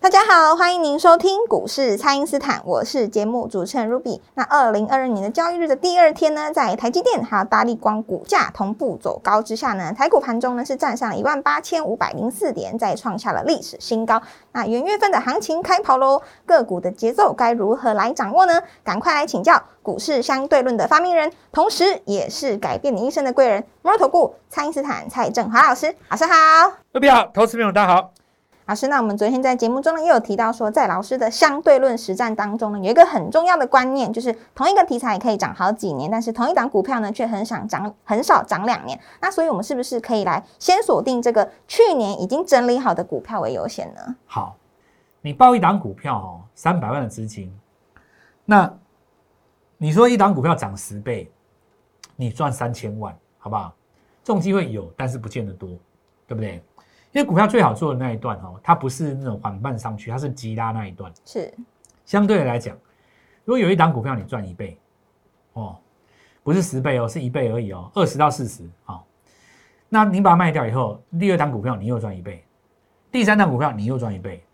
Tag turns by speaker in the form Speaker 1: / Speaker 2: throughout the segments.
Speaker 1: 大家好，欢迎您收听股市蔡因斯坦，我是节目主持人 Ruby。那二零二二年的交易日的第二天呢，在台积电还有大力光股价同步走高之下呢，台股盘中呢是站上一万八千五百零四点，再创下了历史新高。那元月份的行情开跑喽，个股的节奏该如何来掌握呢？赶快来请教股市相对论的发明人，同时也是改变你一生的贵人——摩尔投顾蔡因斯坦蔡振华老师，老师好。
Speaker 2: 各位好，投资朋友大家好。
Speaker 1: 老师，那我们昨天在节目中呢，也有提到说，在老师的相对论实战当中呢，有一个很重要的观念，就是同一个题材可以涨好几年，但是同一档股票呢，却很少涨，很少涨两年。那所以，我们是不是可以来先锁定这个去年已经整理好的股票为优先呢？
Speaker 2: 好，你报一档股票哦，三百万的资金，那你说一档股票涨十倍，你赚三千万，好不好？这种机会有，但是不见得多，对不对？因为股票最好做的那一段哦，它不是那种缓慢上去，它是急拉那一段。
Speaker 1: 是，。
Speaker 2: 相对的来讲，如果有一档股票你赚一倍，哦，不是十倍哦，是一倍而已哦，二十到四十哦，那你把它卖掉以后，第二档股票你又赚一倍，第三档股票你又赚一倍，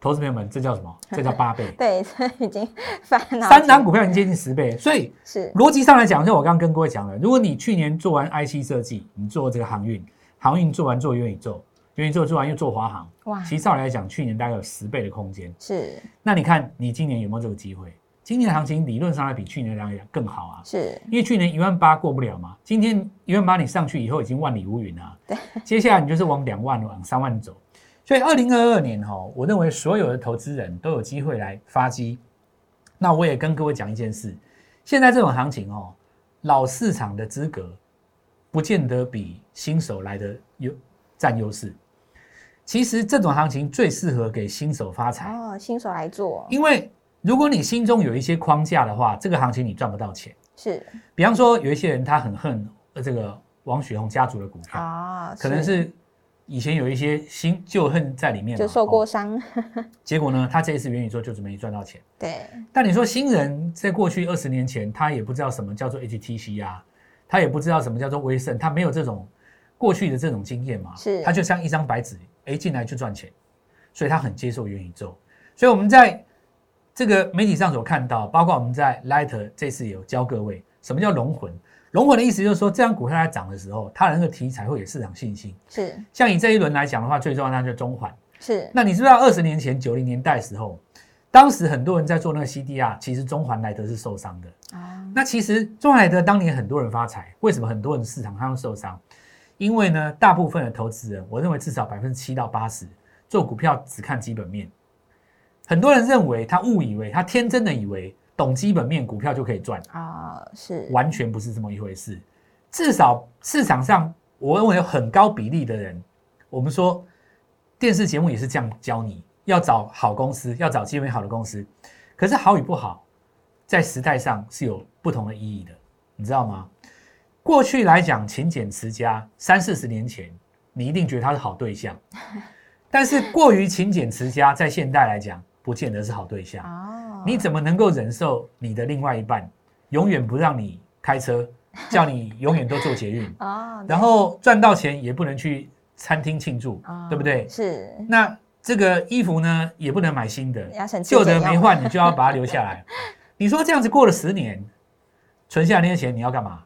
Speaker 2: 投资朋友们，这叫什么？这叫八倍
Speaker 1: 对，这已经烦恼
Speaker 2: 三档股票已经接近十倍，所以
Speaker 1: 是
Speaker 2: 逻辑上来讲，就我刚刚跟各位讲了，如果你去年做完 IC 设计，你做这个航运，航运做完做元宇宙，元宇宙做完又做华航，
Speaker 1: 哇，
Speaker 2: 其实照理来讲，去年大概有十倍的空间。
Speaker 1: 是
Speaker 2: 那你看你今年有没有这个机会？今年的行情理论上来比去年来讲更好啊，
Speaker 1: 是
Speaker 2: 因为去年一万八过不了嘛，今天一万八你上去以后已经万里无云了啊，接下来你就是往两万、往三万走。所以二零二二年哈、我认为所有的投资人都有机会来发机。那我也跟各位讲一件事，现在这种行情哦，老市场的资格不见得比新手来的优占优势。其实这种行情最适合给新手发财，
Speaker 1: 哦，新手来做
Speaker 2: 因为如果你心中有一些框架的话，这个行情你赚不到钱。
Speaker 1: 是
Speaker 2: 比方说，有一些人他很恨呃这个王雪红家族的股票，
Speaker 1: 啊，
Speaker 2: 可能是以前有一些新旧恨在里面嘛，
Speaker 1: 就受过
Speaker 2: 哦
Speaker 1: 伤，
Speaker 2: 结果呢，他这一次元宇宙就是没赚到钱。
Speaker 1: 对，
Speaker 2: 但你说新人在过去二十年前，他也不知道什么叫做 HTC 啊，他也不知道什么叫做威盛，他没有这种过去的这种经验嘛，
Speaker 1: 是
Speaker 2: 他就像一张白纸，哎，进来就赚钱，所以他很接受元宇宙。所以我们在这个媒体上所看到，包括我们在 Lighter 这次有教各位什么叫龙魂。龙魂的意思就是说，这样股票在涨的时候，它的那个题材会有市场信心。
Speaker 1: 是
Speaker 2: 像以这一轮来讲的话，最重要的那就是中环。
Speaker 1: 是
Speaker 2: 那你知不知道二十年前九零年代的时候，当时很多人在做那个 CDR，其实中环莱德是受伤的。
Speaker 1: 啊，
Speaker 2: 那其实中环莱德当年很多人发财，为什么很多人市场上受伤？因为呢，大部分的投资人，我认为至少百分之七到八十做股票只看基本面。很多人认为他误以为他天真的以为懂基本面股票就可以赚，
Speaker 1: 啊是
Speaker 2: 完全不是这么一回事。至少市场上，我认为有很高比例的人，我们说电视节目也是这样教你，要找好公司，要找基本面好的公司。可是好与不好，在时代上是有不同的意义的，你知道吗？过去来讲，勤俭持家，三四十年前，你一定觉得它是好对象。但是过于勤俭持家，在现代来讲，不见得是好对象。
Speaker 1: 哦，，
Speaker 2: 你怎么能够忍受你的另外一半永远不让你开车，叫你永远都坐捷运
Speaker 1: 哦，对
Speaker 2: 然后赚到钱也不能去餐厅庆祝，
Speaker 1: 哦
Speaker 2: 对不对？
Speaker 1: 是
Speaker 2: 那这个衣服呢也不能买新的，
Speaker 1: 要省吃
Speaker 2: 旧的
Speaker 1: 俭用
Speaker 2: 没换，你就要把它留下来。你说这样子过了十年，存下来那些钱你要干嘛？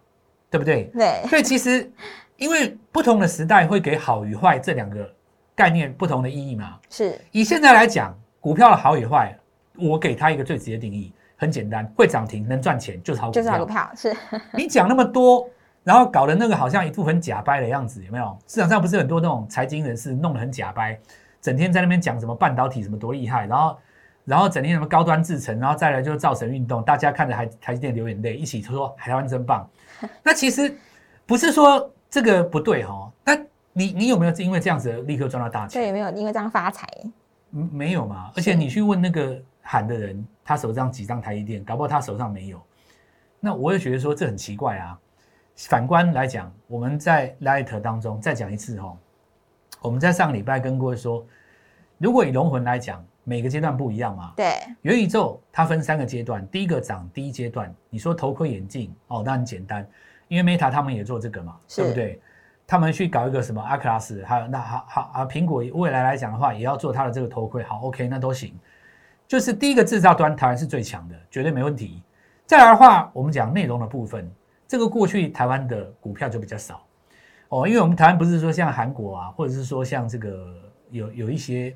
Speaker 2: 对不对？
Speaker 1: 对，
Speaker 2: 所以其实因为不同的时代会给好与坏这两个概念不同的意义嘛。
Speaker 1: 是
Speaker 2: 以现在来讲，股票的好与坏，我给它一个最直接定义，很简单，会涨停能赚钱就是好股
Speaker 1: 就
Speaker 2: 票。
Speaker 1: 是好股票，是
Speaker 2: 你讲那么多，然后搞得那个好像一副很假掰的样子，有没有？市场上不是很多那种财经人士弄得很假掰，整天在那边讲什么半导体什么多厉害，然后然后整天什么高端制程，然后再来就是造神运动，大家看着台台积电流眼泪，一起说台湾真棒。那其实不是说这个不对哈、哦，那你你有没有因为这样子立刻赚到大
Speaker 1: 所？
Speaker 2: 钱
Speaker 1: 以没有因为这样发财，
Speaker 2: 嗯没有嘛。而且你去问那个喊的人，他手上几张台积电，搞不好他手上没有。那我也觉得说这很奇怪啊。反观来讲，我们在 Light 当中再讲一次哦，我们在上礼拜跟各位说，如果以龙魂来讲，每个阶段不一样嘛。
Speaker 1: 对，
Speaker 2: 元宇宙它分三个阶段，第一个涨，第一阶段你说头盔眼镜哦，那很简单，因为 Meta 他们也做这个嘛，
Speaker 1: 是
Speaker 2: 对不对？他们去搞一个什么 Oculus，还有那好好啊，苹果未来来讲的话，也要做它的这个头盔，好 OK，那都行。就是第一个制造端，台湾是最强的，绝对没问题。再来的话，我们讲内容的部分，这个过去台湾的股票就比较少哦，因为我们台湾不是说像韩国啊，或者是说像这个有有一些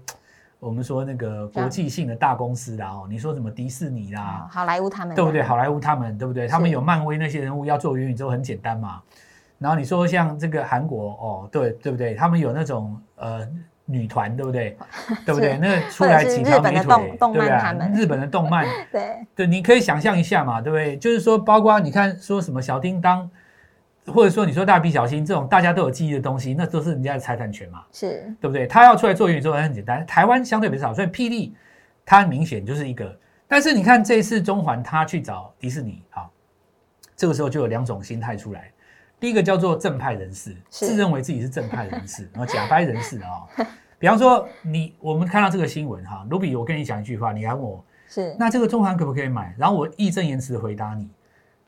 Speaker 2: 我们说那个国际性的大公司啦哦，你说什么迪士尼啦，
Speaker 1: 好莱坞他们
Speaker 2: 啊对不对？好莱坞他们对不对？他们
Speaker 1: 啊是
Speaker 2: 有漫威那些人物要做元宇宙很简单嘛。然后你说像这个韩国哦，对对不对？他们有那种呃女团对不对？对 不对？那出来几条美
Speaker 1: 或者是日本
Speaker 2: 腿
Speaker 1: 的动，动漫
Speaker 2: 对
Speaker 1: 他
Speaker 2: 啊
Speaker 1: 们，
Speaker 2: 日本的动漫，
Speaker 1: 对
Speaker 2: 对，你可以想象一下嘛，对不对？就是说，包括你看说什么小叮当，或者说你说蜡笔小新这种大家都有记忆的东西，那都是人家的财产权嘛。
Speaker 1: 是
Speaker 2: 对不对？他要出来做元宇宙很简单，台湾相对比较少，所以霹雳它很明显就是一个。但是你看这一次中环他去找迪士尼，好，这个时候就有两种心态出来。第一个叫做正派人士，
Speaker 1: 是
Speaker 2: 自认为自己是正派人士，然后假掰人士啊、比方说你，我们看到这个新闻哈，卢比，我跟你讲一句话，你还问我，
Speaker 1: 是，
Speaker 2: 那这个中环可不可以买？然后我义正言辞的回答你，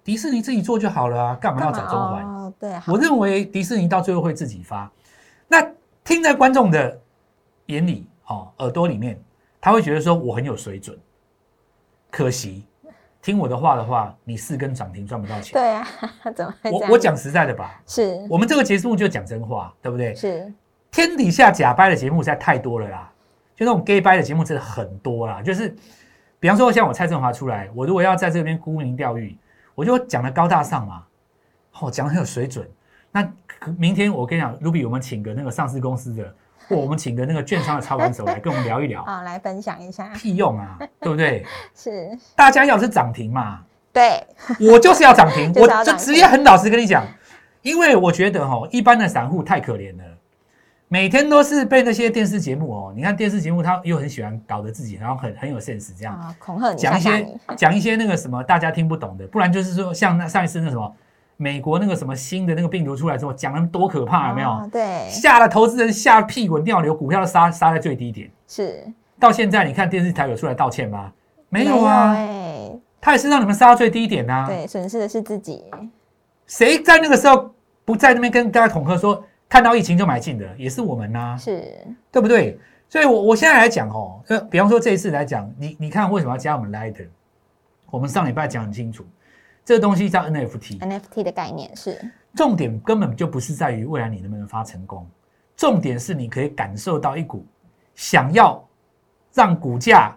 Speaker 2: 迪士尼自己做就好了啊，干嘛要找中环？
Speaker 1: 哦，对，好
Speaker 2: 我认为迪士尼到最后会自己发。那听在观众的眼里、哦耳朵里面，他会觉得说我很有水准。可惜，听我的话的话，你四根涨停赚不到钱。
Speaker 1: 对啊， 怎么会这
Speaker 2: 我
Speaker 1: 样？
Speaker 2: 我讲实在的吧，
Speaker 1: 是
Speaker 2: 我们这个节目就讲真话，对不对？
Speaker 1: 是
Speaker 2: 天底下假掰的节目实在太多了啦，就那种 gay 掰的节目真的很多啦。就是，比方说像我蔡振华出来，我如果要在这边沽名钓誉，我就讲的高大上嘛，哦，讲的很有水准。那可明天我跟你讲，Ruby，我们请个那个上市公司的，或我们请个那个券商的操盘手来跟我们聊一聊，
Speaker 1: 啊，来分享一下，
Speaker 2: 屁用啊，对不对？
Speaker 1: 是
Speaker 2: 大家要的是涨停嘛，
Speaker 1: 对
Speaker 2: 我就是要涨停，
Speaker 1: 就是
Speaker 2: 我
Speaker 1: 要
Speaker 2: 就
Speaker 1: 涨
Speaker 2: 直
Speaker 1: 停
Speaker 2: 接很老实跟你讲，因为我觉得哦，一般的散户太可怜了，每天都是被那些电视节目哦，你看电视节目他又很喜欢搞得自己，然后很很有 sense 这样
Speaker 1: 啊，恐吓你吓
Speaker 2: 讲一
Speaker 1: 吓
Speaker 2: 些
Speaker 1: 你，
Speaker 2: 讲一些那个什么大家听不懂的，不然就是说像那上一次那什么美国那个什么新的那个病毒出来之后，讲的多可怕，有没
Speaker 1: 哦
Speaker 2: 有？
Speaker 1: 对，
Speaker 2: 吓得投资人吓得屁滚尿流，股票都杀杀在最低点。
Speaker 1: 是
Speaker 2: 到现在你看电视台有出来道歉吗？没有啊，
Speaker 1: 哎，
Speaker 2: 他也是让你们杀到最低点啊。
Speaker 1: 对，损失的是自己，
Speaker 2: 谁在那个时候不在那边跟大家恐吓说，看到疫情就买进的，也是我们呐、
Speaker 1: 是
Speaker 2: 对不对？所以我，我现在来讲哦，呃，比方说这一次来讲，你你看为什么要加我们 Light？我们上礼拜讲很清楚，这个东西叫 NFT，
Speaker 1: NFT 的概念是
Speaker 2: 重点根本就不是在于未来你能不能发成功，重点是你可以感受到一股想要让股价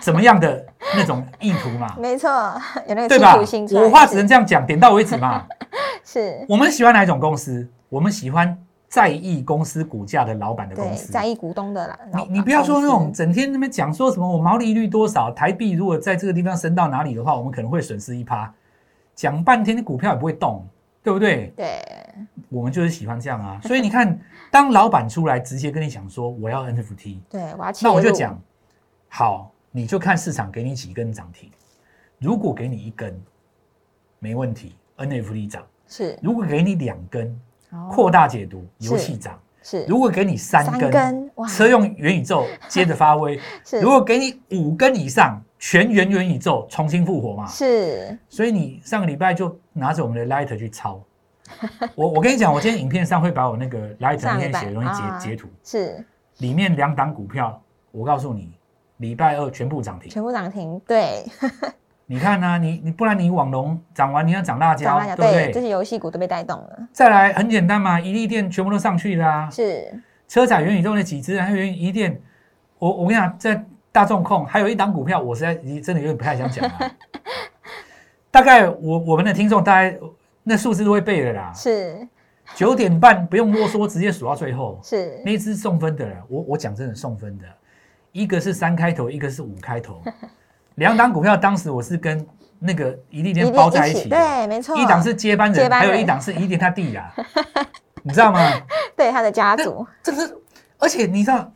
Speaker 2: 怎么样的那种意图 嘛，
Speaker 1: 没错，有那个
Speaker 2: 对
Speaker 1: 企
Speaker 2: 吧
Speaker 1: 图心？出来
Speaker 2: 我话只
Speaker 1: 是
Speaker 2: 能这样讲，点到为止嘛。
Speaker 1: 是
Speaker 2: 我们喜欢哪一种公司？我们喜欢在意公司股价的老板的公
Speaker 1: 对
Speaker 2: 司。
Speaker 1: 在意股东的啦，老
Speaker 2: 你你
Speaker 1: 板
Speaker 2: 不要说那种
Speaker 1: 公司
Speaker 2: 整天那边讲说什么我毛利率多少，台币如果在这个地方升到哪里的话，我们可能会损失一趴，讲半天的股票也不会动，对不对？
Speaker 1: 对
Speaker 2: 我们就是喜欢这 样啊。所以你看，当老板出来直接跟你讲说我要 NFT，
Speaker 1: 对，我要切
Speaker 2: 那我就
Speaker 1: 入
Speaker 2: 讲，好，你就看市场给你几根涨停，如果给你一根，没问题，NFT 涨；
Speaker 1: 是
Speaker 2: 如果给你两根，
Speaker 1: 哦
Speaker 2: 扩大解读，
Speaker 1: 是
Speaker 2: 游戏涨。
Speaker 1: 是
Speaker 2: 如果给你三
Speaker 1: 三
Speaker 2: 根，
Speaker 1: 根哇
Speaker 2: 车用元宇宙接着发威；
Speaker 1: 是
Speaker 2: 如果给你五根以上，全元元宇宙重新复活嘛。
Speaker 1: 是
Speaker 2: 所以你上个礼拜就拿着我们的 Light 去抄。我我跟你讲，我今天影片上会把我那个 Light
Speaker 1: 上
Speaker 2: 里
Speaker 1: 礼
Speaker 2: 面
Speaker 1: 拜
Speaker 2: 写的东西截、
Speaker 1: 啊
Speaker 2: 截图，
Speaker 1: 是
Speaker 2: 里面两档股票，我告诉你，礼拜二全部涨停。
Speaker 1: 全部涨停，对，
Speaker 2: 你看呢、啊你你不然你网龙涨完，你要涨辣椒，
Speaker 1: 涨了
Speaker 2: 对不
Speaker 1: 对，
Speaker 2: 对？
Speaker 1: 这些游戏股都被带动了，
Speaker 2: 再来很简单嘛，一利店全部都上去啦、
Speaker 1: 是
Speaker 2: 车载元宇宙那几只，还有元宇一电，我我跟你讲，在大众控还有一档股票，我实在真的有点不太想讲 了。大概我我们的听众大概那数字都会背的啦，
Speaker 1: 是
Speaker 2: 九点半不用啰嗦，直接数到最后。
Speaker 1: 是
Speaker 2: 那一只送分的啦，我我讲真的送分的，一个是三开头，一个是五开头，两档股票当时我是跟那个一利店
Speaker 1: 定
Speaker 2: 包在一起的，
Speaker 1: 对，没错，
Speaker 2: 一档是接班
Speaker 1: 接
Speaker 2: 人，
Speaker 1: 班
Speaker 2: 还
Speaker 1: 人
Speaker 2: 有一档是一店他弟啦，你知道吗？
Speaker 1: 对他的家
Speaker 2: 那
Speaker 1: 族
Speaker 2: 这个，而且你知道，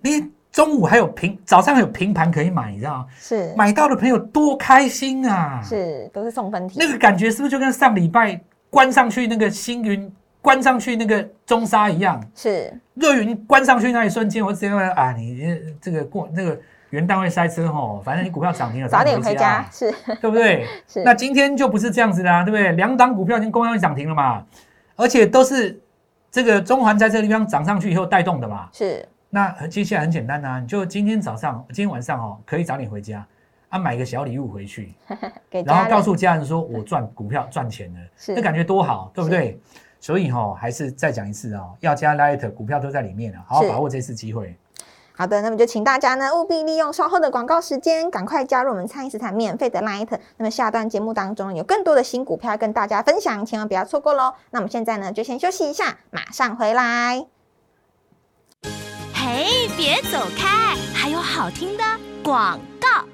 Speaker 2: 你中午还有平，早上还有平盘可以买，你知道吗？
Speaker 1: 是
Speaker 2: 买到的朋友多开心啊！
Speaker 1: 是都是送分题，
Speaker 2: 那个感觉是不是就跟上礼拜关上去那个星云关上去那个中沙一样？
Speaker 1: 是
Speaker 2: 热云关上去那一瞬间，我直接问啊，你这个过那个元旦会塞车吼，反正你股票涨停了，
Speaker 1: 早点回家，是
Speaker 2: 啊对不对？
Speaker 1: 是
Speaker 2: 那今天就不是这样子啦、对不对？两档股票已经公开涨停了嘛，而且都是这个中环在这个地方涨上去以后带动的嘛。
Speaker 1: 是
Speaker 2: 那接下来很简单啊，你就今天早上、今天晚上哦，可以早点回家啊，买个小礼物回去，
Speaker 1: 给
Speaker 2: 然
Speaker 1: 家
Speaker 2: 后告
Speaker 1: 人
Speaker 2: 诉家人说我赚股票赚钱了，
Speaker 1: 是
Speaker 2: 那感觉多好，对不对？所以哈、哦，还是再讲一次哦，要加 Light 股票都在里面了，好好
Speaker 1: 是
Speaker 2: 把握这次机会。
Speaker 1: 好的，那么就请大家呢务必利用稍后的广告时间，赶快加入我们蔡因斯坦免费的 Light。那么下段节目当中有更多的新股票要跟大家分享，千万不要错过喽。那我们现在呢就先休息一下，马上回来。
Speaker 3: 嘿，别走开，还有好听的广告。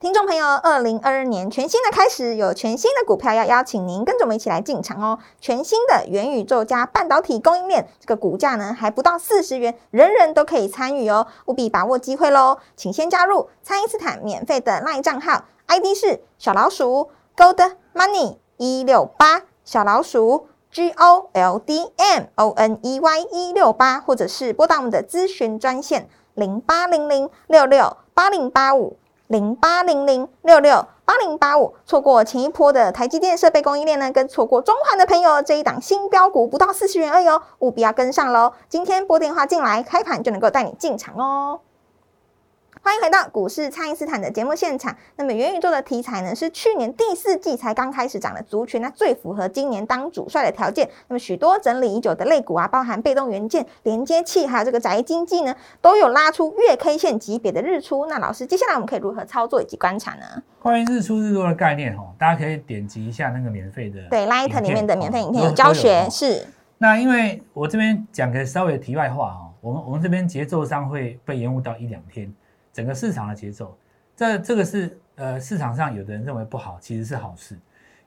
Speaker 1: 听众朋友，二零二二年全新的开始，有全新的股票要邀请您跟着我们一起来进场哦。全新的元宇宙加半导体供应链，这个股价呢还不到四十元，人人都可以参与哦，务必把握机会喽！请先加入蔡因斯坦免费的 LINE 账号，ID 是小老鼠 Gold Money 一六八，小老鼠 G O L D M O N E Y 一六八，或者是拨打我们的咨询专线零八零零六六八零八五。零八零零六六八零八五。错过前一波的台积电设备供应链呢，跟错过中环的朋友，这一档新标股不到四十元而已哦，务必要跟上喽！今天拨电话进来，开盘就能够带你进场哦。欢迎回到股市，蔡因斯坦的节目现场。那么元宇宙的题材呢，是去年第四季才刚开始涨的族群，那最符合今年当主帅的条件。那么许多整理已久的类股啊，包含被动元件、连接器，还有这个宅经济呢，都有拉出月 K 线级别的日出。那老师，接下来我们可以如何操作以及观察呢？
Speaker 2: 关于日出日落的概念哦，大家可以点击一下那个免费的
Speaker 1: 对，Light 里面的
Speaker 2: 哦
Speaker 1: 免费影片
Speaker 2: 都
Speaker 1: 有教学，
Speaker 2: 哦
Speaker 1: 是
Speaker 2: 那因为我这边讲个稍微题外话哦，我们我们这边节奏上会被延误到一两天，整个市场的节奏，这这个是呃市场上有的人认为不好，其实是好事，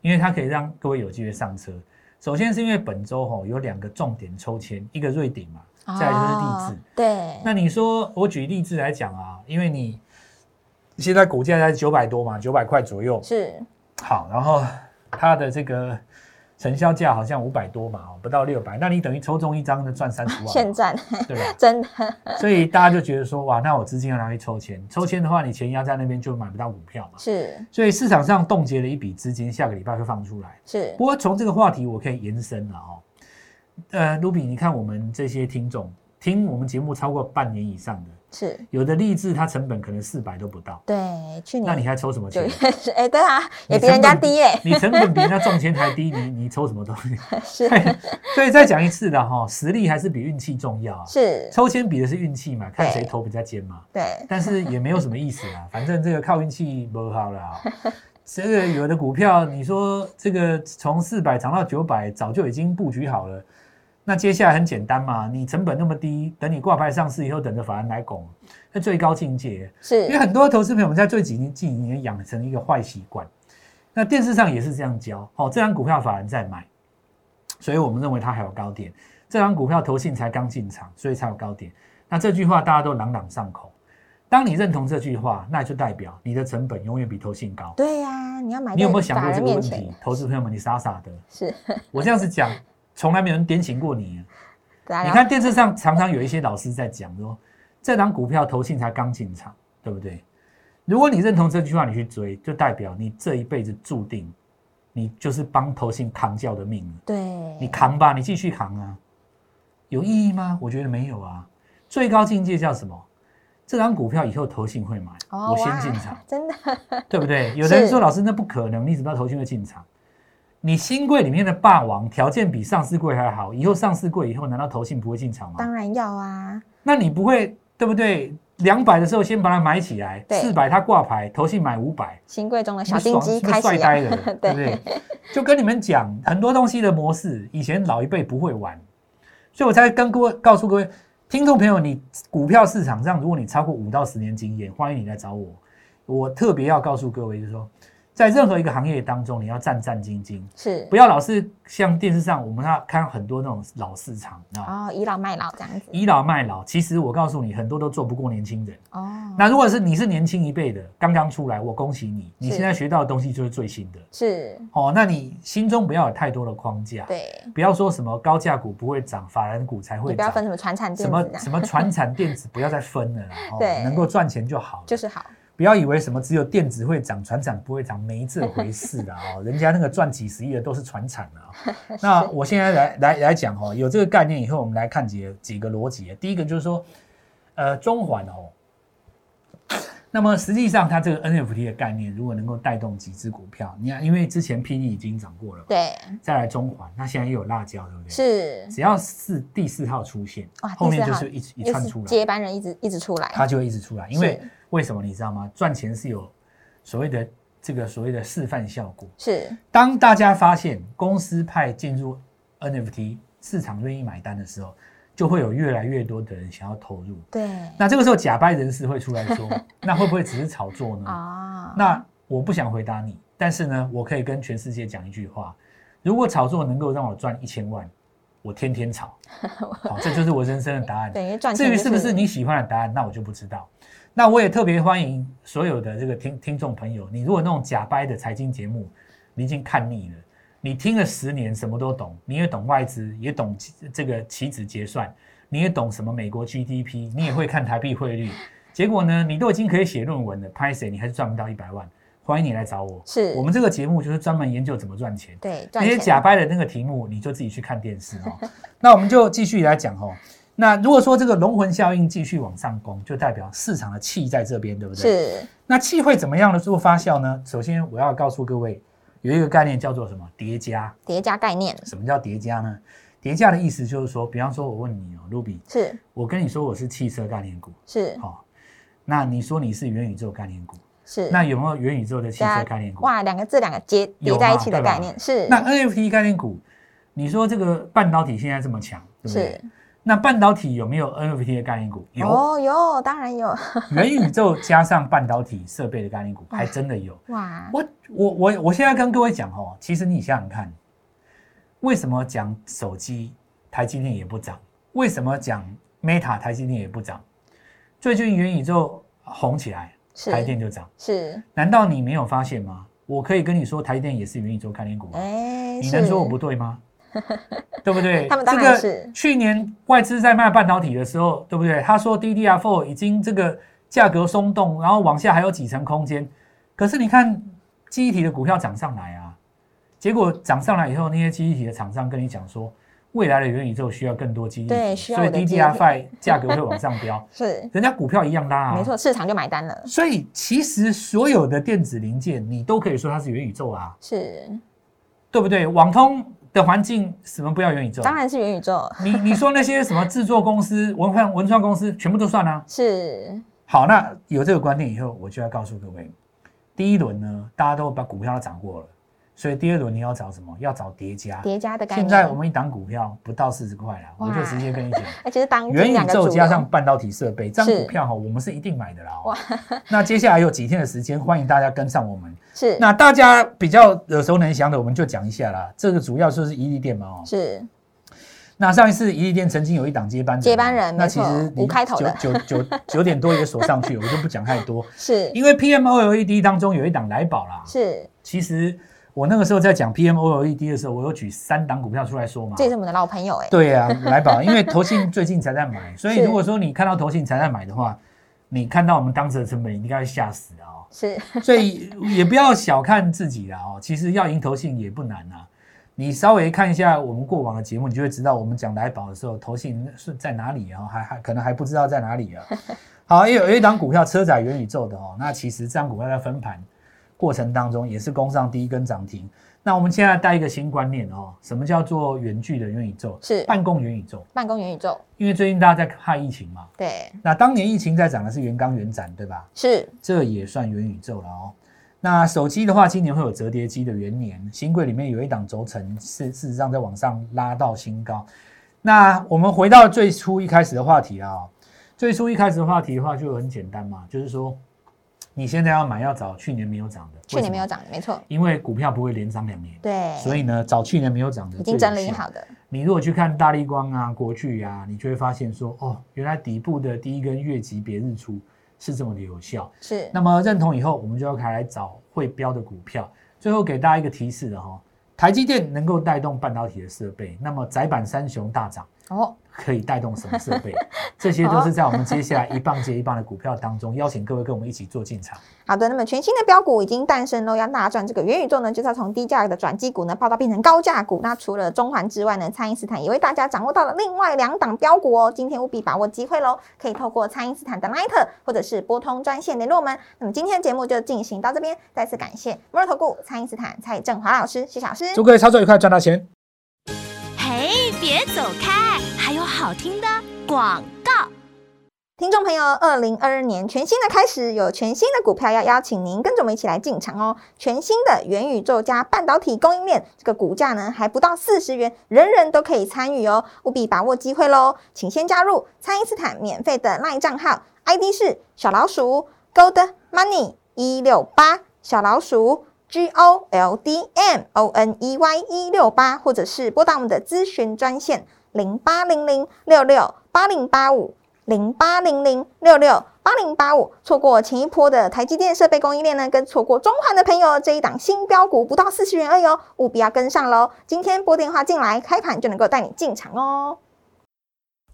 Speaker 2: 因为它可以让各位有机会上车。首先是因为本周哦有两个重点抽签，一个瑞鼎嘛，再来就是励志。
Speaker 1: 哦对，
Speaker 2: 那你说我举励志来讲啊，因为你现在股价在九百多嘛，九百块左右，
Speaker 1: 是
Speaker 2: 好，然后它的这个成交价好像五百多嘛，哦不到六百，那你等于抽中一张就赚三十万，
Speaker 1: 现赚，
Speaker 2: 对吧？
Speaker 1: 真的
Speaker 2: 所以大家就觉得说，哇，那我资金要拿去抽签，抽签的话，你钱压在那边就买不到股票嘛。
Speaker 1: 是
Speaker 2: 所以市场上冻结了一笔资金，下个礼拜会放出来。
Speaker 1: 是
Speaker 2: 不过从这个话题我可以延伸了哦，呃，卢比，你看我们这些听众听我们节目超过半年以上的，
Speaker 1: 是，
Speaker 2: 有的励志它成本可能四百都不到，
Speaker 1: 对，去
Speaker 2: 那
Speaker 1: 年
Speaker 2: 你还抽什么
Speaker 1: 九
Speaker 2: 钱
Speaker 1: 月？ 是，哎、对啊，也
Speaker 2: 你
Speaker 1: 比人
Speaker 2: 成
Speaker 1: 家
Speaker 2: 本
Speaker 1: 低耶、
Speaker 2: 你成本比人家中签还低，你你抽什么东西？
Speaker 1: 是
Speaker 2: 所以再讲一次的哈，实力还是比运气重要啊。
Speaker 1: 是，
Speaker 2: 抽签比的是运气嘛，看
Speaker 1: 对
Speaker 2: 谁头比较尖嘛。
Speaker 1: 对，
Speaker 2: 但是也没有什么意思 啦，反正这个靠运气不好啦。这个有的股票，你说这个从四百涨到九百，早就已经布局好了。那接下来很简单嘛，你成本那么低，等你挂牌上市以后，等着法人来拱，那最高境界。因为
Speaker 1: 是
Speaker 2: 很多投资朋友们在最近几年养成一个坏习惯，那电视上也是这样教。哦，这张股票法人在买，所以我们认为它还有高点。这张股票投信才刚进场，所以才有高点。那这句话大家都朗朗上口。当你认同这句话，那就代表你的成本永远比投信高。
Speaker 1: 对呀、你要买
Speaker 2: 你有
Speaker 1: 在
Speaker 2: 没有想
Speaker 1: 法
Speaker 2: 过这
Speaker 1: 人
Speaker 2: 个问
Speaker 1: 面前
Speaker 2: 题？投资朋友们，你傻傻的，
Speaker 1: 是，
Speaker 2: 我这样子讲，从来没有人点醒过你。
Speaker 1: 对啊，
Speaker 2: 你
Speaker 1: 然后
Speaker 2: 看电视上常常有一些老师在讲说，这档股票投信才刚进场，对不对？如果你认同这句话，你去追，就代表你这一辈子注定，你就是帮投信扛轿的命了。
Speaker 1: 对，
Speaker 2: 你扛吧，你继续扛啊，有意义吗？我觉得没有啊。最高境界叫什么？这张股票以后投信会买，
Speaker 1: 哦
Speaker 2: 我先
Speaker 1: 哇
Speaker 2: 进场，哦
Speaker 1: 真的
Speaker 2: 对 不对？有的人
Speaker 1: 是
Speaker 2: 说老师那不可能，你怎么知道投信会进场？你新贵里面的霸王条件比上市贵还好，以后上市贵以后，难道投信不会进场吗？
Speaker 1: 当然要啊，
Speaker 2: 那你不会对不对？两百的时候先把它买起来，
Speaker 1: 对
Speaker 2: 四百它挂牌，投信买五百，
Speaker 1: 新贵中的
Speaker 2: 你
Speaker 1: 小金
Speaker 2: 爽
Speaker 1: 鸡
Speaker 2: 是不是
Speaker 1: 开始啊
Speaker 2: 帅
Speaker 1: 呀、
Speaker 2: 呆了，对不对？就跟你们讲，很多东西的模式，以前老一辈不会玩，所以我才跟各位告诉各位听众朋友，你股票市场上，如果你超过五到十年经验，欢迎你来找我。我特别要告诉各位，就是说，在任何一个行业当中，你要战战兢兢，
Speaker 1: 是
Speaker 2: 不要老是像电视上我们要看很多那种老市场啊，
Speaker 1: 哦，倚老卖老这样子
Speaker 2: 倚老卖老。其实我告诉你，很多都做不过年轻人。
Speaker 1: 哦，
Speaker 2: 那如果是你是年轻一辈的，刚刚出来，我恭喜你，你
Speaker 1: 是
Speaker 2: 现在学到的东西就是最新的。
Speaker 1: 是
Speaker 2: 哦，那你心中不要有太多的框架，
Speaker 1: 对，
Speaker 2: 不要说什么高价股不会涨，法兰股才
Speaker 1: 你
Speaker 2: 会
Speaker 1: 不要
Speaker 2: 涨，
Speaker 1: 分什么传产电子
Speaker 2: 什
Speaker 1: 这
Speaker 2: 么
Speaker 1: 样，
Speaker 2: 什么传产电子不要再分了 啦，哦
Speaker 1: 对
Speaker 2: 能够赚钱就好了。
Speaker 1: 就是好
Speaker 2: 不要以为什么只有电子会涨，船产不会涨，没这回事 的哦。人家那个赚几十亿的都是船产的哦。那我现在来来来讲哦，有这个概念以后，我们来看几个几个逻辑。第一个就是说，呃，中环哦，那么实际上它这个 NFT 的概念，如果能够带动几只股票，你看，因为之前霹雳已经涨过了嘛，
Speaker 1: 对
Speaker 2: 再来中环，那现在也有辣椒，对不对？。
Speaker 1: 是
Speaker 2: 只要是第四号出现
Speaker 1: 哇，
Speaker 2: 后面
Speaker 1: 第四
Speaker 2: 就
Speaker 1: 号
Speaker 2: 是一直一
Speaker 1: 又
Speaker 2: 串
Speaker 1: 是
Speaker 2: 出来，
Speaker 1: 接班人一直一直出来，
Speaker 2: 它就会一直出来。因为
Speaker 1: 是
Speaker 2: 为什么你知道吗？赚钱是有所谓的这个所谓的示范效果。
Speaker 1: 是
Speaker 2: 当大家发现公司派进入 NFT 市场愿意买单的时候，就会有越来越多的人想要投入。
Speaker 1: 对
Speaker 2: 那这个时候假掰人士会出来 说，那会不会只是炒作呢？
Speaker 1: 啊，
Speaker 2: 那我不想回答你，但是呢，我可以跟全世界讲一句话：如果炒作能够让我赚一千万，我天天炒。 好，这就是我人生的答案。
Speaker 1: 等于赚钱
Speaker 2: 至于
Speaker 1: 就是
Speaker 2: 不是你喜欢的答案，那我就不知道。那我也特别欢迎所有的这个听听众朋友，你如果那种假掰的财经节目，你已经看腻了，你听了十年什么都懂，你也懂外资，也懂期这个期指结算，你也懂什么美国 GDP，你也会看台币汇率，结果呢，你都已经可以写论文了，拍谁你还是赚不到一百万，欢迎你来找我。
Speaker 1: 是
Speaker 2: 我们这个节目就是专门研究怎么赚钱。
Speaker 1: 对
Speaker 2: 那
Speaker 1: 赚
Speaker 2: 些
Speaker 1: 钱
Speaker 2: 假掰的那个题目，你就自己去看电视哦。 那我们就继续来讲哦。那如果说这个龙魂效应继续往上攻，就代表市场的气在这边，对不对？
Speaker 1: 是
Speaker 2: 那气会怎么样的做发酵呢？首先，我要告诉各位，有一个概念叫做什么叠加。
Speaker 1: 叠加概念
Speaker 2: 什么叫叠加呢？叠加的意思就是说，比方说，我问你哦，卢比，
Speaker 1: 是
Speaker 2: 我跟你说我是汽车概念股，
Speaker 1: 是
Speaker 2: 哦，那你说你是元宇宙概念股，
Speaker 1: 是
Speaker 2: 那有没有元宇宙的汽
Speaker 1: 加
Speaker 2: 车概念股？
Speaker 1: 哇，两个这两个结叠
Speaker 2: 有
Speaker 1: 在一
Speaker 2: 嘛
Speaker 1: 起的
Speaker 2: 对吧
Speaker 1: 概念是
Speaker 2: 那 NFT 概念股，你说这个半导体现在这么强，对不对
Speaker 1: 是？
Speaker 2: 那半导体有没有 NFT 的概念股？有，
Speaker 1: 哦有当然有
Speaker 2: 元宇宙加上半导体设备的概念股，
Speaker 1: 哦
Speaker 2: 还真的有。
Speaker 1: 哇
Speaker 2: 我我我我现在跟各位讲哦，其实你想想看，为什么讲手机台积电也不涨？为什么讲 Meta 台积电也不涨？最近元宇宙红起来，
Speaker 1: 是
Speaker 2: 台电就涨。
Speaker 1: 是
Speaker 2: 难道你没有发现吗？我可以跟你说，台电也是元宇宙概念股啊。
Speaker 1: 哎
Speaker 2: 你能
Speaker 1: 是
Speaker 2: 说我不对吗？ 对不对？
Speaker 1: 他们当
Speaker 2: 这
Speaker 1: 然
Speaker 2: 个
Speaker 1: 是
Speaker 2: 去年外资在卖半导体的时候，对不对？他说 DDR4 啊已经这个价格松动，然后往下还有几层空间。可是你看记忆体的股票涨上来啊，结果涨上来以后，那些记忆体的厂商跟你讲说，未来的元宇宙需要更多记忆体，
Speaker 1: 对需要
Speaker 2: 所以
Speaker 1: 我的记忆体，
Speaker 2: DDR5 啊价格会往上飙
Speaker 1: 是
Speaker 2: 人家股票一样拉、啊，
Speaker 1: 没。错市场就买单了
Speaker 2: 所以其实所有的电子零件，你都可以说它是元宇宙啊。
Speaker 1: 是
Speaker 2: 对不对？网通的环境什么不要元宇宙？
Speaker 1: 当，然是元宇宙
Speaker 2: 你你说那些什么制作公司、文创文创公司，全部都算啊。
Speaker 1: 是
Speaker 2: 好，那有这个观念以后，我就要告诉各位，第一轮呢，大家都把股票都涨过了，所以第二轮你要找什么？要找叠加。
Speaker 1: 叠加的概念
Speaker 2: 现在我们一档股票不到四十块了，
Speaker 1: 哇
Speaker 2: 我就直 接跟你讲。
Speaker 1: 而且是哎当今
Speaker 2: 元
Speaker 1: 两
Speaker 2: 宇
Speaker 1: 个
Speaker 2: 宙
Speaker 1: 主
Speaker 2: 加
Speaker 1: 流
Speaker 2: 上半导体设备，这张股票哈，我们是一定买的啦、哦。那接下来有几天的时间，欢迎大家跟上我们。
Speaker 1: 是
Speaker 2: 那大家比较耳熟能详的，我们就讲一下啦。这个主要就是一利店嘛，哦，
Speaker 1: 是
Speaker 2: 那上一次一利店曾经有一档接班人嘛，
Speaker 1: 接班人
Speaker 2: 那
Speaker 1: 没
Speaker 2: 其
Speaker 1: 错
Speaker 2: 实
Speaker 1: 五开头的
Speaker 2: 九九九九点多也锁上去，我就不讲太多，
Speaker 1: 是
Speaker 2: 因为 PMOLED E 当中有一档来宝啦。
Speaker 1: 是
Speaker 2: 其实我那个时候在讲 PMOLED E 的时候，我有举三档股票出来说嘛
Speaker 1: 这。也是我们的老朋友哎
Speaker 2: 对啊，来宝，因为投信最近才在买，所以
Speaker 1: 是
Speaker 2: 如果说你看到投信才在买的话，你看到我们当时的成本，你应该会吓死啊、哦。
Speaker 1: 是
Speaker 2: 所以也不要小看自己啦哦，其实要赢投信也不难啊。你稍微看一下我们过往的节目，你就会知道我们讲来宝的时候，投信是在哪里啊、还还可能还不知道在哪里啊。好，有有一档股票车载元宇宙的哦，那其实这档股票在分盘过程当中也是攻上第一根涨停。那我们现在带一个新观念哦，什么叫做远距的元宇宙？
Speaker 1: 是
Speaker 2: 办公元宇宙，
Speaker 1: 办公元宇宙
Speaker 2: 因为最近大家在怕疫情嘛。
Speaker 1: 对
Speaker 2: 那当年疫情在涨的是元刚元展，对吧？
Speaker 1: 是
Speaker 2: 这也算元宇宙了哦。那手机的话，今年会有折叠机的元年，新贵里面有一档轴承是事实上在往上拉到新高。那我们回到最啊初一开始的话题啦、哦，最初一开始的话题的话就很简单嘛，就是说你现在要买要找去年没有涨的，
Speaker 1: 去年没有
Speaker 2: 涨，
Speaker 1: 涨的，没错，
Speaker 2: 因为股票不会连涨两年，
Speaker 1: 对，
Speaker 2: 所以呢，找去年没有涨的
Speaker 1: 已经
Speaker 2: 最
Speaker 1: 整
Speaker 2: 有
Speaker 1: 理
Speaker 2: 效
Speaker 1: 好的，
Speaker 2: 你如果去看大力光啊、国巨啊，你就会发现说，哦，原来底部的第一根月级别日出是这么的有效。
Speaker 1: 是
Speaker 2: 那么认同以后，我们就要开来找会标的股票。最后给大家一个提示的哈、哦，台积电能够带动半导体的设备，那么窄板三雄大涨。
Speaker 1: 哦，
Speaker 2: 可以带动什么 设备？这些都是在我们接下来一棒接一棒的股票当中，邀请各位跟我们一起做进场。
Speaker 1: 好的，那么全新的标股已经诞生喽，要大赚这个元宇宙呢，就是要从低价的转基股呢报到变成高价股。那除了中环之外呢，蔡因斯坦也为大家掌握到了另外两档标股哦。今天务必把握机会喽，可以透过蔡因斯坦的 Line 或者是拨通专线联络我们。那么今天的节目就进行到这边，再次感谢摩尔投顾蔡因斯坦蔡振华老师、谢老师。
Speaker 2: 祝各位操作愉快，赚到钱！
Speaker 3: 嘿，别走开，还有好听的广告。
Speaker 1: 听众朋友，二零二二年全新的开始，有全新的股票要邀请您跟着我们一起来进场哦。全新的元宇宙加半导体供应链，这个股价呢还不到四十元，人人都可以参与哦，务必把握机会喽！请先加入蔡因斯坦免费的 LINE 账号，ID 是小老鼠 Gold Money 一六八，小老鼠 G O L D M O N E Y 一六八，或者是拨打我们的咨询专线零八零零六六八零八五。零八零零六六八零八五。错过前一波的台积电设备供应链呢，跟错过中环的朋友，这一档新标股不到四十元而已哦，务必要跟上喽！今天拨电话进来，开盘就能够带你进场哦。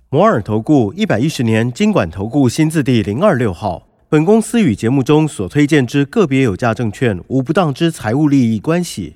Speaker 4: 摩尔投顾一百一十年经管投顾新字第零二六号。本公司与节目中所推荐之个别有价证券无不当之财务利益关系。